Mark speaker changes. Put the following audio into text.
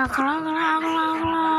Speaker 1: Akla akla akla akla.